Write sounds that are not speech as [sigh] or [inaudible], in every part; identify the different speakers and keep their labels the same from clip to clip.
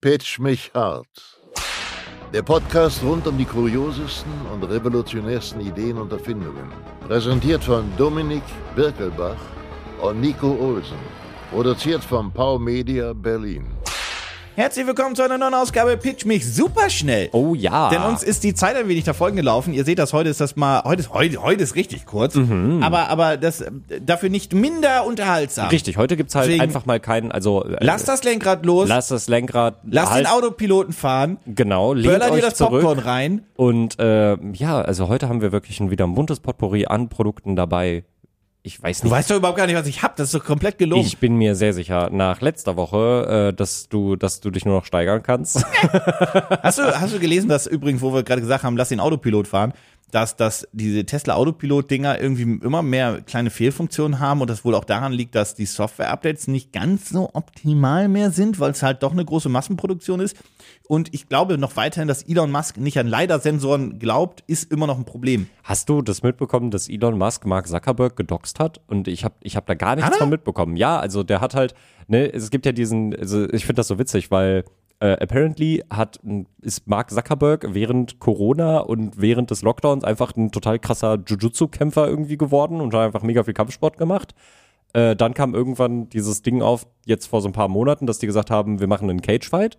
Speaker 1: Pitch mich hart. Der Podcast rund um die kuriosesten und revolutionärsten Ideen und Erfindungen. Präsentiert von Dominik Birkelbach und Nico Olsen. Produziert von Pau Media Berlin.
Speaker 2: Herzlich willkommen zu einer neuen Ausgabe Pitch mich super schnell.
Speaker 3: Oh ja.
Speaker 2: Denn uns ist die Zeit ein wenig davon gelaufen. Ihr seht das, heute ist das mal, heute ist, heute, heute ist richtig kurz,
Speaker 3: Mhm.
Speaker 2: aber, aber das äh, dafür nicht minder unterhaltsam.
Speaker 3: Richtig, heute gibt's halt
Speaker 2: Deswegen-
Speaker 3: einfach mal keinen, also äh,
Speaker 2: Lass das Lenkrad los,
Speaker 3: lass das Lenkrad,
Speaker 2: lass den
Speaker 3: halt-
Speaker 2: Autopiloten fahren,
Speaker 3: genau, lehnt
Speaker 2: böller dir
Speaker 3: euch
Speaker 2: das
Speaker 3: zurück
Speaker 2: Popcorn rein.
Speaker 3: und äh, ja, also heute haben wir wirklich ein, wieder ein buntes Potpourri an Produkten dabei. Ich weiß
Speaker 2: Du
Speaker 3: nicht,
Speaker 2: weißt doch überhaupt gar nicht, was ich hab, das ist doch komplett gelogen.
Speaker 3: ich bin mir sehr sicher nach letzter Woche, äh, dass du, dass du dich nur noch steigern kannst.
Speaker 2: Hast du, hast du gelesen, dass übrigens, wo wir gerade gesagt haben, lass den Autopilot fahren, dass, dass diese Tesla Autopilot-Dinger irgendwie immer mehr kleine Fehlfunktionen haben und das wohl auch daran liegt, dass die Software-Updates nicht ganz so optimal mehr sind, weil es halt doch eine große Massenproduktion ist. Und ich glaube noch weiterhin, dass Elon Musk nicht an LiDAR-Sensoren glaubt, ist immer noch ein Problem.
Speaker 3: Hast du das mitbekommen, dass Elon Musk Mark Zuckerberg gedoxt hat? Und ich habe ich hab da gar nichts
Speaker 2: Hat er?
Speaker 3: von mitbekommen. Ja, also der hat halt, ne, es gibt ja diesen, also ich finde das so witzig, weil äh, apparently hat, ist Mark Zuckerberg während Corona und während des Lockdowns einfach ein total krasser Jujutsu-Kämpfer irgendwie geworden und hat einfach mega viel Kampfsport gemacht. Äh, dann kam irgendwann dieses Ding auf, jetzt vor so ein paar Monaten, dass die gesagt haben, wir machen einen Cage-Fight.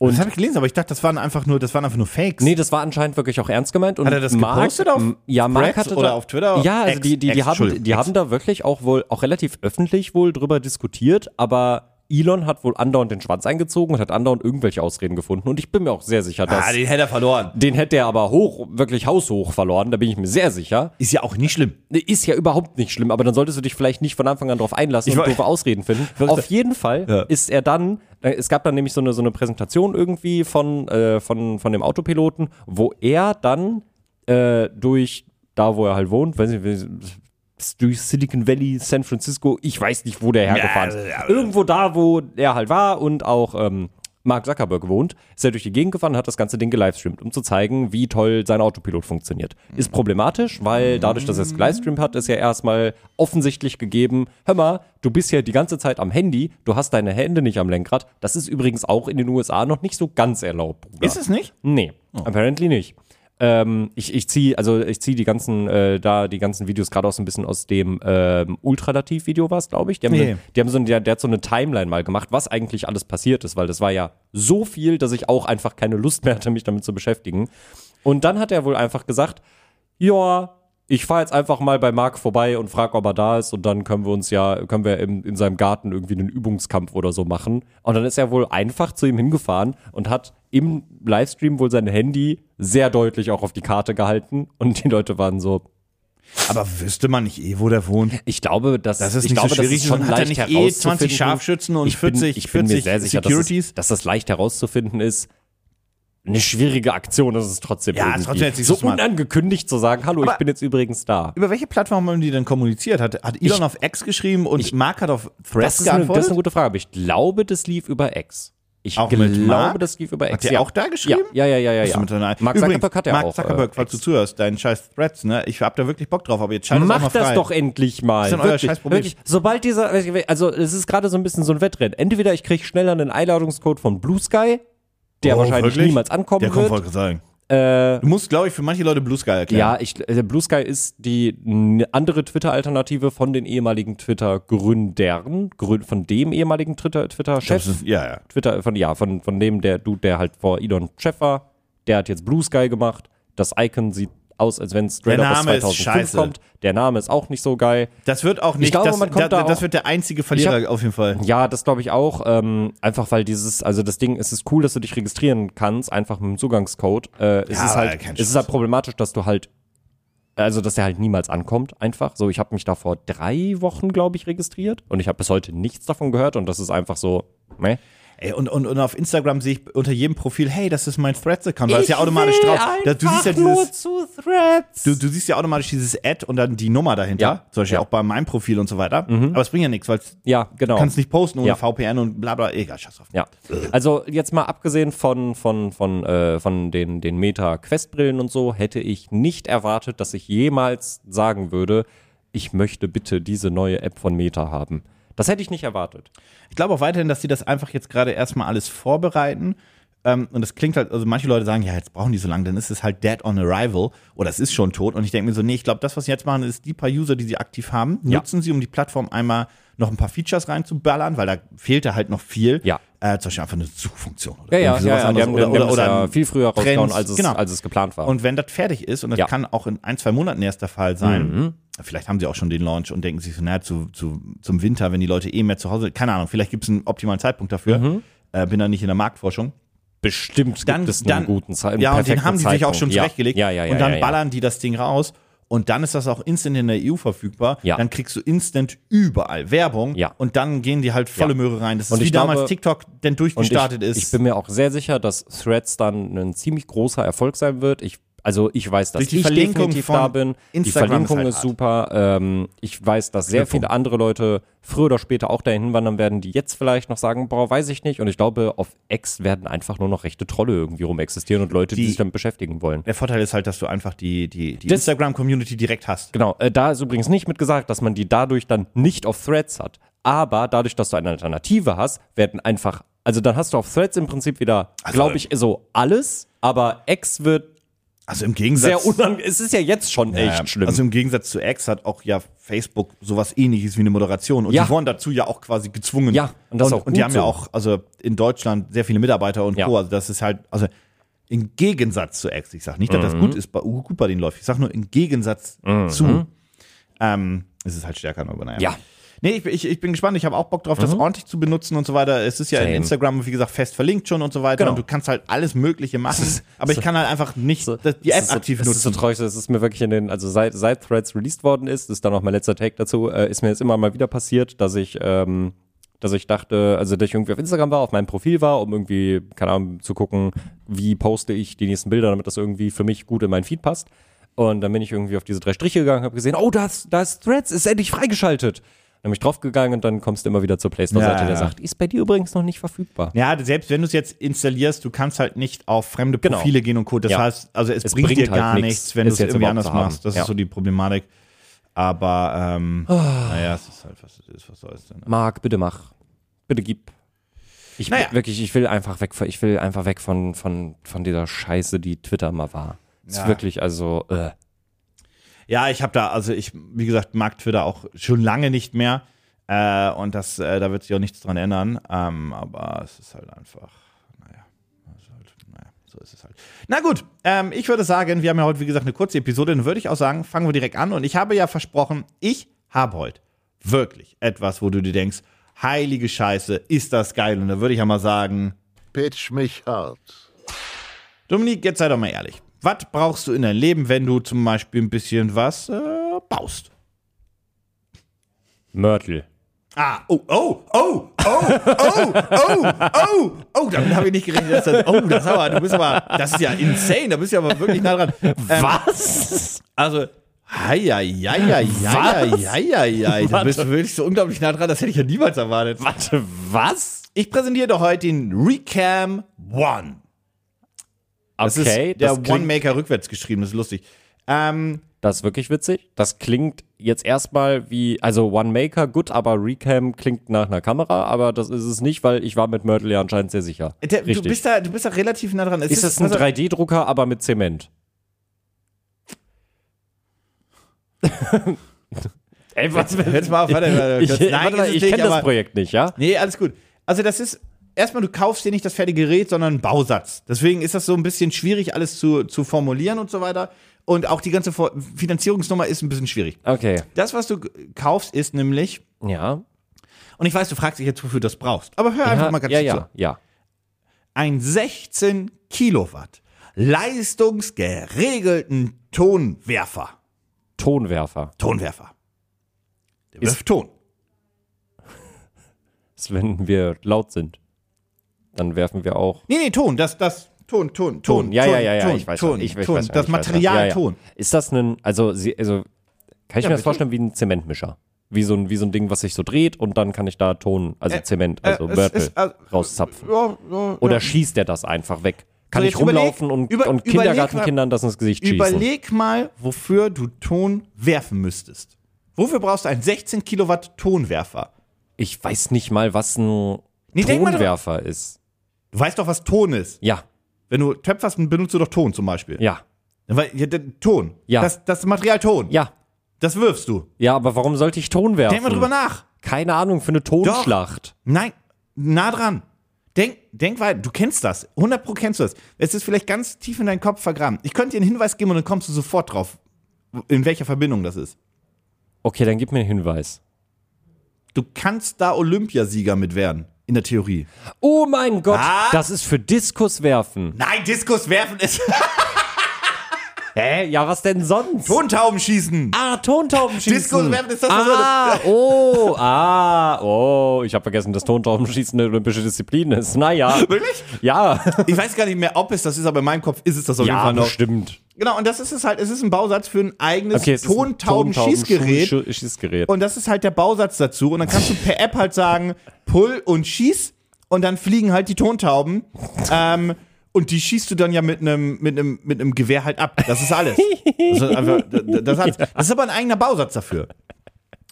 Speaker 2: das habe ich gelesen, aber ich dachte, das waren einfach nur, das waren einfach nur Fakes.
Speaker 3: Nee, das war anscheinend wirklich auch ernst gemeint. Und
Speaker 2: Hat er das
Speaker 3: Mark,
Speaker 2: gepostet auf
Speaker 3: m- ja, Mark
Speaker 2: Threads
Speaker 3: hatte
Speaker 2: oder
Speaker 3: da,
Speaker 2: auf Twitter?
Speaker 3: Ja, also
Speaker 2: Ex-
Speaker 3: die, die, die,
Speaker 2: Ex,
Speaker 3: haben,
Speaker 2: Entschuldigung,
Speaker 3: die
Speaker 2: Ex.
Speaker 3: haben da wirklich auch wohl, auch relativ öffentlich wohl drüber diskutiert, aber Elon hat wohl andauernd den Schwanz eingezogen und hat andauernd irgendwelche Ausreden gefunden. Und ich bin mir auch sehr sicher, dass.
Speaker 2: ah, den hätte er verloren.
Speaker 3: den hätte er aber hoch, wirklich haushoch verloren, da bin ich mir sehr sicher.
Speaker 2: Ist ja auch nicht schlimm.
Speaker 3: Ist ja überhaupt nicht schlimm, aber dann solltest du dich vielleicht nicht von Anfang an drauf einlassen
Speaker 2: Ich
Speaker 3: und
Speaker 2: wollt-
Speaker 3: doofe Ausreden finden. Auf jeden Fall
Speaker 2: Ja.
Speaker 3: ist er dann, äh, es gab dann nämlich so eine, so eine Präsentation irgendwie von, äh, von, von dem Autopiloten, wo er dann äh, durch da, wo er halt wohnt, weiß nicht, wie- durch Silicon Valley, San Francisco, ich weiß nicht, wo der hergefahren ist. Irgendwo da, wo er halt war und auch ähm, Mark Zuckerberg wohnt, ist er durch die Gegend gefahren und hat das ganze Ding gelivestreamt, um zu zeigen, wie toll sein Autopilot funktioniert. Ist problematisch, weil dadurch, dass er es gelivestreamt hat, ist ja erstmal offensichtlich gegeben, hör mal, du bist ja die ganze Zeit am Handy, du hast deine Hände nicht am Lenkrad. Das ist übrigens auch in den USA noch nicht so ganz erlaubt. Bruder.
Speaker 2: Ist es nicht?
Speaker 3: Nee, apparently nicht. Ähm, ich ich ziehe also ich zieh die ganzen äh, da die ganzen Videos gerade auch so ein bisschen aus dem ähm, Ultralativ Video war es glaube ich die haben,
Speaker 2: Nee.
Speaker 3: so, die haben so eine- der, der hat so eine Timeline mal gemacht was eigentlich alles passiert ist weil das war ja so viel dass ich auch einfach keine Lust mehr hatte mich damit zu beschäftigen und dann hat er wohl einfach gesagt ja ich fahre jetzt einfach mal bei Marc vorbei und frage, ob er da ist und dann können wir uns ja, können wir in, in seinem Garten irgendwie einen Übungskampf oder so machen. Und dann ist er wohl einfach zu ihm hingefahren und hat im Livestream wohl sein Handy sehr deutlich auch auf die Karte gehalten und die Leute waren so,
Speaker 2: Aber wüsste man nicht eh, wo der wohnt?
Speaker 3: ich glaube, dass
Speaker 2: Das ist
Speaker 3: ich
Speaker 2: nicht so
Speaker 3: glaube,
Speaker 2: schwierig.
Speaker 3: das ist schon
Speaker 2: Hat er
Speaker 3: leicht
Speaker 2: nicht eh
Speaker 3: herauszufinden.
Speaker 2: 20 Scharfschützen und
Speaker 3: ich bin,
Speaker 2: 40
Speaker 3: ich bin mir
Speaker 2: 40
Speaker 3: sehr sicher, Dass,
Speaker 2: Securities?
Speaker 3: es, dass das leicht herauszufinden ist. Eine schwierige Aktion ist es trotzdem
Speaker 2: Ja, ist
Speaker 3: irgendwie.
Speaker 2: trotzdem jetzt nicht so
Speaker 3: so
Speaker 2: smart.
Speaker 3: unangekündigt zu sagen, hallo,
Speaker 2: Aber-
Speaker 3: ich bin jetzt übrigens da.
Speaker 2: Über welche Plattform haben die denn kommuniziert? Hat, hat Elon auf X geschrieben und Mark hat auf
Speaker 3: Das
Speaker 2: Threads
Speaker 3: ist, eine, das ist eine
Speaker 2: geantwortet?
Speaker 3: gute Frage, aber ich glaube, das lief über X. Ich
Speaker 2: Auch mit Mark?
Speaker 3: glaube, das lief über X.
Speaker 2: Hat der
Speaker 3: ja.
Speaker 2: auch da geschrieben?
Speaker 3: Ja, ja, ja, ja. ja,
Speaker 2: Bist du
Speaker 3: ja.
Speaker 2: mit deiner-
Speaker 3: Mark
Speaker 2: Übrigens,
Speaker 3: Zuckerberg hat ja
Speaker 2: Mark
Speaker 3: auch.
Speaker 2: Zuckerberg,
Speaker 3: äh,
Speaker 2: falls du zuhörst, deinen scheiß Threads, ne? Ich hab da wirklich Bock drauf, aber jetzt schalt das auch mal
Speaker 3: Macht
Speaker 2: frei.
Speaker 3: das doch endlich
Speaker 2: Das ist
Speaker 3: mal.
Speaker 2: denn euer
Speaker 3: wirklich,
Speaker 2: Scheißproblem.
Speaker 3: wirklich. Sobald dieser, also es ist gerade so ein bisschen so ein Wettrennen. Entweder ich kriege schneller einen Einladungscode von Blue Sky, der
Speaker 2: Oh,
Speaker 3: wahrscheinlich
Speaker 2: wirklich?
Speaker 3: niemals ankommen
Speaker 2: Der kommt
Speaker 3: wird.
Speaker 2: voll sagen.
Speaker 3: Äh,
Speaker 2: Du musst, glaube ich, für manche Leute Blue Sky erklären.
Speaker 3: ja, ich, äh, Blue Sky ist die n- andere Twitter-Alternative von den ehemaligen Twitter-Gründern, Grün- von dem ehemaligen Twitter- Twitter-Chef.
Speaker 2: Das ist- ja, ja.
Speaker 3: Twitter, von, ja, von, von dem, der Dude, der halt vor Elon Chef war, der hat jetzt Blue Sky gemacht. Das Icon sieht aus, als wenn es straight
Speaker 2: Der
Speaker 3: up aus
Speaker 2: Name ist
Speaker 3: 2005
Speaker 2: scheiße.
Speaker 3: kommt. Der Name ist auch nicht so geil.
Speaker 2: Das wird auch nicht,
Speaker 3: glaube,
Speaker 2: das,
Speaker 3: man kommt da
Speaker 2: das
Speaker 3: auch-
Speaker 2: wird der einzige Verlierer auf jeden Fall.
Speaker 3: Ja, das glaube ich auch. Ähm, einfach weil dieses, also das Ding, es ist cool, dass du dich registrieren kannst, einfach mit dem Zugangscode. Äh, es
Speaker 2: Ja,
Speaker 3: ist
Speaker 2: aber
Speaker 3: halt,
Speaker 2: kein
Speaker 3: es ist halt problematisch, dass du halt, also dass der halt niemals ankommt, einfach. So, ich habe mich da vor drei Wochen, glaube ich, registriert und ich habe bis heute nichts davon gehört und das ist einfach so, meh.
Speaker 2: Ey, und, und, und auf Instagram sehe ich unter jedem Profil, hey, das ist mein Threads-Account, weil es ja automatisch drauf. Da, du siehst ja dieses,
Speaker 3: zu Threads.
Speaker 2: Du, du siehst ja automatisch dieses Ad und dann die Nummer dahinter.
Speaker 3: Ja.
Speaker 2: Zum Beispiel
Speaker 3: Ja.
Speaker 2: auch bei meinem Profil und so weiter. Aber es bringt ja nichts, weil du
Speaker 3: ja, genau.
Speaker 2: kannst nicht posten ohne
Speaker 3: Ja.
Speaker 2: VPN und bla bla. Egal, scheiß drauf.
Speaker 3: Ja. Also jetzt mal abgesehen von, von, von, äh, von den, den Meta-Quest-Brillen und so, hätte ich nicht erwartet, dass ich jemals sagen würde, ich möchte bitte diese neue App von Meta haben. Das hätte ich nicht erwartet.
Speaker 2: Ich glaube auch weiterhin, dass die das einfach jetzt gerade erstmal alles vorbereiten. Ähm, und das klingt halt, also manche Leute sagen, ja, jetzt brauchen die so lange, dann ist es halt dead on arrival oder es ist schon tot. Und ich denke mir so, nee, ich glaube, das, was sie jetzt machen, ist die paar User, die sie aktiv haben,
Speaker 3: Ja.
Speaker 2: nutzen sie, um die Plattform einmal noch ein paar Features reinzuballern, weil da fehlte halt noch viel.
Speaker 3: Ja.
Speaker 2: Äh, zum Beispiel einfach eine Suchfunktion oder
Speaker 3: Ja, ja,
Speaker 2: irgendwie
Speaker 3: ja,
Speaker 2: sowas
Speaker 3: ja. Die
Speaker 2: anderes.
Speaker 3: haben,
Speaker 2: oder,
Speaker 3: die haben
Speaker 2: oder,
Speaker 3: das
Speaker 2: oder
Speaker 3: ja viel früher rausgehauen,
Speaker 2: Trends,
Speaker 3: als es,
Speaker 2: genau.
Speaker 3: als es geplant war.
Speaker 2: Und wenn das fertig ist, und das
Speaker 3: Ja. Mhm.
Speaker 2: kann auch in ein, zwei Monaten erst der Fall sein, vielleicht haben sie auch schon den Launch und denken sich so, naja, zu, zu, zum Winter, wenn die Leute eh mehr zu Hause, keine Ahnung, vielleicht gibt es einen optimalen Zeitpunkt dafür. Äh, bin da nicht in der Marktforschung.
Speaker 3: bestimmt
Speaker 2: Dann,
Speaker 3: gibt Mhm. es einen
Speaker 2: dann,
Speaker 3: guten Zeit.
Speaker 2: ja, und den haben die sich auch schon zurechtgelegt.
Speaker 3: Ja, ja, ja.
Speaker 2: und dann
Speaker 3: ja, ja.
Speaker 2: ballern die das Ding raus. Und dann ist das auch instant in der EU verfügbar.
Speaker 3: Ja.
Speaker 2: Dann kriegst du instant überall Werbung.
Speaker 3: Ja.
Speaker 2: Und dann gehen die halt volle
Speaker 3: Ja.
Speaker 2: Möhre rein. Das ist
Speaker 3: Und
Speaker 2: wie
Speaker 3: ich
Speaker 2: damals
Speaker 3: glaube-
Speaker 2: TikTok denn
Speaker 3: Und
Speaker 2: durchgestartet
Speaker 3: ich,
Speaker 2: ist.
Speaker 3: Ich bin mir auch sehr sicher, dass Threads dann ein ziemlich großer Erfolg sein wird. Ich, also ich weiß, dass
Speaker 2: Durch die
Speaker 3: ich
Speaker 2: Verlinkung
Speaker 3: definitiv
Speaker 2: von
Speaker 3: da bin. die
Speaker 2: Instagram
Speaker 3: Verlinkung
Speaker 2: ist halt
Speaker 3: ist, super. Ähm, ich weiß, dass sehr
Speaker 2: Knüpfung.
Speaker 3: viele andere Leute früher oder später auch dahin wandern werden, die jetzt vielleicht noch sagen, boah, weiß ich nicht. Und ich glaube, auf X werden einfach nur noch rechte Trolle irgendwie rumexistieren und Leute, die,
Speaker 2: Die-
Speaker 3: sich damit beschäftigen wollen.
Speaker 2: der Vorteil ist halt, dass du einfach die, die, die
Speaker 3: Das-
Speaker 2: Instagram-Community direkt hast.
Speaker 3: Genau, äh, da ist übrigens nicht mit gesagt, dass man die dadurch dann nicht auf Threads hat. Aber dadurch, dass du eine Alternative hast, werden einfach, also dann hast du auf Threads im Prinzip wieder, glaube ich, so alles, aber X wird
Speaker 2: Also im Gegensatz.
Speaker 3: sehr unangenehm. Es ist ja jetzt schon
Speaker 2: Ja,
Speaker 3: echt
Speaker 2: ja.
Speaker 3: schlimm.
Speaker 2: Also im Gegensatz zu X hat auch ja Facebook sowas ähnliches wie eine Moderation. Und
Speaker 3: Ja.
Speaker 2: die wurden dazu ja auch quasi gezwungen.
Speaker 3: Ja, und das ist
Speaker 2: und,
Speaker 3: auch
Speaker 2: und die
Speaker 3: gut
Speaker 2: haben ja
Speaker 3: so.
Speaker 2: auch, also in Deutschland sehr viele Mitarbeiter und
Speaker 3: Ja.
Speaker 2: Co. Also das ist halt, also im Gegensatz zu X, ich sag nicht, dass
Speaker 3: Mhm.
Speaker 2: das gut ist, bei, gut bei denen läuft. Ich sag nur im Gegensatz zu, ähm, ist es halt stärker, aber naja.
Speaker 3: Ja. Mhm.
Speaker 2: Nee, ich, ich, ich bin gespannt. Ich habe auch Bock drauf, das ordentlich zu benutzen und so weiter. Es ist ja in
Speaker 3: Same.
Speaker 2: Instagram, wie gesagt, fest verlinkt schon und so weiter.
Speaker 3: Genau.
Speaker 2: Und du kannst halt alles Mögliche machen. Aber ich kann halt einfach nicht die
Speaker 3: Es
Speaker 2: App
Speaker 3: ist so,
Speaker 2: aktiv
Speaker 3: es
Speaker 2: nutzen.
Speaker 3: Ist so traurig, das ist mir wirklich in den, also seit, seit Threads released worden ist, ist dann auch mein letzter Take dazu, äh, ist mir jetzt immer mal wieder passiert, dass ich, ähm, dass ich dachte, also dass ich irgendwie auf Instagram war, auf meinem Profil war, um irgendwie, keine Ahnung, zu gucken, wie poste ich die nächsten Bilder, damit das irgendwie für mich gut in meinen Feed passt. Und dann bin ich irgendwie auf diese drei Striche gegangen, habe gesehen, oh, da ist, da ist Threads, ist endlich freigeschaltet. Dann bin ich draufgegangen und dann kommst du immer wieder zur Play Store-Seite,
Speaker 2: Ja, ja,
Speaker 3: der
Speaker 2: ja.
Speaker 3: sagt, ist bei dir übrigens noch nicht verfügbar.
Speaker 2: Ja, selbst wenn du es jetzt installierst, du kannst halt nicht auf fremde
Speaker 3: Genau.
Speaker 2: Profile gehen und Co. Das
Speaker 3: Ja.
Speaker 2: heißt, also es,
Speaker 3: Es
Speaker 2: bringt,
Speaker 3: bringt
Speaker 2: dir
Speaker 3: halt
Speaker 2: gar
Speaker 3: nichts,
Speaker 2: nichts, wenn du
Speaker 3: es
Speaker 2: es
Speaker 3: jetzt
Speaker 2: irgendwie
Speaker 3: überhaupt
Speaker 2: anders
Speaker 3: zu haben.
Speaker 2: machst. Das
Speaker 3: Ja.
Speaker 2: ist so die Problematik. Aber ähm,
Speaker 3: Ah.
Speaker 2: naja, es ist halt, was es ist, was soll's denn.
Speaker 3: Marc, bitte mach. Bitte gib. Ich
Speaker 2: Naja.
Speaker 3: wirklich, ich will einfach weg, von- ich will einfach weg von, von, von dieser Scheiße, die Twitter mal war.
Speaker 2: Ja.
Speaker 3: Ist wirklich, also, äh.
Speaker 2: Ja, ich habe da, also ich, wie gesagt, mag Twitter auch schon lange nicht mehr. Äh, und das, äh, da wird sich auch nichts dran ändern. Ähm, aber es ist halt einfach, naja, es ist halt, naja, so ist es halt. Na gut, ähm, ich würde sagen, wir haben ja heute, wie gesagt, eine kurze Episode. Dann würde ich auch sagen, fangen wir direkt an. Und ich habe ja versprochen, ich habe heute wirklich etwas, wo du dir denkst, heilige Scheiße, ist das geil. Und da würde ich ja mal sagen,
Speaker 1: Pitch mich hart.
Speaker 2: Dominik, jetzt sei doch mal ehrlich. Was brauchst du in deinem Leben, wenn du zum Beispiel ein bisschen was äh, baust?
Speaker 3: Mörtel.
Speaker 2: Ah, oh, oh, oh, oh, oh, oh, oh, oh, damit habe ich nicht gerechnet. Dass das, oh, das, ist aber, du bist aber, das ist ja insane, da bist du aber wirklich nah dran. Ähm,
Speaker 3: Was?
Speaker 2: Also, heieieiei, da bist du wirklich so unglaublich nah dran, das hätte ich ja niemals erwartet.
Speaker 3: [laughs] Warte, was?
Speaker 2: Ich präsentiere doch heute den Recam One. Das
Speaker 3: Okay,
Speaker 2: ist der
Speaker 3: das, klingt,
Speaker 2: One-Maker rückwärts geschrieben, das ist lustig. Ähm,
Speaker 3: das ist wirklich witzig. Das klingt jetzt erstmal wie, also One Maker, gut, aber Recam klingt nach einer Kamera, aber das ist es nicht, weil ich war mit Mörtel ja anscheinend sehr sicher.
Speaker 2: der, du,
Speaker 3: Richtig.
Speaker 2: bist da, du bist da relativ nah dran. Es
Speaker 3: ist es ein
Speaker 2: also-
Speaker 3: 3D-Drucker, aber mit Zement? Ey, was?
Speaker 2: Jetzt mal auf, warte, warte,
Speaker 3: Ich, [laughs]
Speaker 2: kurz. Äh, Nein,
Speaker 3: warte
Speaker 2: ist
Speaker 3: mal,
Speaker 2: es
Speaker 3: ich
Speaker 2: nicht,
Speaker 3: kenne
Speaker 2: aber-
Speaker 3: das Projekt nicht, ja?
Speaker 2: Nee, alles gut. Also das ist, erstmal, du kaufst dir nicht das fertige Gerät, sondern einen Bausatz. Deswegen ist das so ein bisschen schwierig, alles zu, zu formulieren und so weiter. Und auch die ganze Vor Finanzierungsnummer ist ein bisschen schwierig.
Speaker 3: Okay.
Speaker 2: Das, was du g- kaufst, ist nämlich,
Speaker 3: Ja.
Speaker 2: und ich weiß, du fragst dich jetzt, wofür du das brauchst, aber hör einfach
Speaker 3: ja,
Speaker 2: mal ganz
Speaker 3: ja,
Speaker 2: kurz
Speaker 3: ja, ja.
Speaker 2: ein 16 Kilowatt leistungsgeregelten Tonwerfer.
Speaker 3: Tonwerfer.
Speaker 2: Tonwerfer. Der wirft Ton.
Speaker 3: Das, ist, wenn wir laut sind, dann werfen wir auch
Speaker 2: Nee, nee, Ton, das, das, Ton, Ton, Ton,
Speaker 3: Ton. Ja,
Speaker 2: Ton,
Speaker 3: ja, ja, ja.
Speaker 2: Ton,
Speaker 3: ich weiß
Speaker 2: Ton,
Speaker 3: schon, ich, ich
Speaker 2: Ton,
Speaker 3: weiß schon,
Speaker 2: das
Speaker 3: ich weiß schon.
Speaker 2: Material
Speaker 3: ja, ja.
Speaker 2: Ton.
Speaker 3: Ist das ein, also, sie, also kann ich mir
Speaker 2: bitte.
Speaker 3: das vorstellen wie ein Zementmischer? Wie so ein, wie so ein Ding, was sich so dreht und dann kann ich da Ton, also Zement, also
Speaker 2: Äh, es
Speaker 3: Mörtel
Speaker 2: ist, also,
Speaker 3: rauszapfen.
Speaker 2: Ja, ja,
Speaker 3: Oder
Speaker 2: ja.
Speaker 3: schießt er das einfach weg? Kann
Speaker 2: So,
Speaker 3: ich
Speaker 2: jetzt überleg-
Speaker 3: rumlaufen und,
Speaker 2: über-
Speaker 3: und
Speaker 2: überleg mal-
Speaker 3: Kindergartenkindern das ins Gesicht schießen?
Speaker 2: Überleg mal, wofür du Ton werfen müsstest. Wofür brauchst du einen 16 Kilowatt Tonwerfer?
Speaker 3: Ich weiß nicht mal, was ein
Speaker 2: Nee, denk mal dran-
Speaker 3: Tonwerfer ist.
Speaker 2: Du weißt doch, was Ton ist.
Speaker 3: Ja,
Speaker 2: Wenn du töpferst, dann benutzt du doch Ton zum Beispiel.
Speaker 3: ja,
Speaker 2: Weil, ja, der- Ton.
Speaker 3: Ja.
Speaker 2: Das, das Material Ton.
Speaker 3: ja.
Speaker 2: Das wirfst du.
Speaker 3: Ja, aber warum sollte ich Ton werfen?
Speaker 2: Denk mal drüber nach.
Speaker 3: Keine Ahnung, für eine Tonschlacht.
Speaker 2: Nein, nah dran. Denk, denk weiter. Du kennst das. 100 Pro kennst du das. Es ist vielleicht ganz tief in deinen Kopf vergraben. Ich könnte dir einen Hinweis geben und dann kommst du sofort drauf, in welcher Verbindung das ist.
Speaker 3: Okay, dann gib mir einen Hinweis.
Speaker 2: Du kannst da Olympiasieger mit werden. In der Theorie.
Speaker 3: Oh mein Gott,
Speaker 2: Ah.
Speaker 3: das ist für Diskus werfen.
Speaker 2: Nein, Diskus werfen ist
Speaker 3: Hä? Ja, was denn sonst?
Speaker 2: Tontauben schießen.
Speaker 3: Ah, Tontauben schießen.
Speaker 2: Diskus werfen ist das, was
Speaker 3: Ah, oh, ah, oh. Ich habe vergessen, dass Tontauben schießen eine olympische Disziplin ist.
Speaker 2: [laughs]
Speaker 3: Naja.
Speaker 2: Wirklich?
Speaker 3: Ja.
Speaker 2: Ich weiß gar nicht mehr, ob es das ist, aber in meinem Kopf ist es das auf jeden
Speaker 3: Ja,
Speaker 2: Fall noch.
Speaker 3: bestimmt.
Speaker 2: Genau, und das ist es halt. Es ist ein Bausatz für ein eigenes
Speaker 3: Okay, es ist ein
Speaker 2: Tontauben-Schießgerät.
Speaker 3: Tontauben- Schu- Schießgerät.
Speaker 2: Und das ist halt der Bausatz dazu. Und dann kannst du per App halt sagen, pull und schieß. Und dann fliegen halt die Tontauben. Ähm, und die schießt du dann ja mit einem mit einem mit einem Gewehr halt ab. Das ist alles. Das ist, einfach, das, hat's. das ist aber ein eigener Bausatz dafür.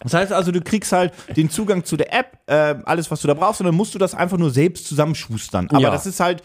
Speaker 2: Das heißt also, du kriegst halt den Zugang zu der App, äh, alles, was du da brauchst, und dann musst du das einfach nur selbst zusammenschustern. Aber
Speaker 3: Ja.
Speaker 2: das ist halt,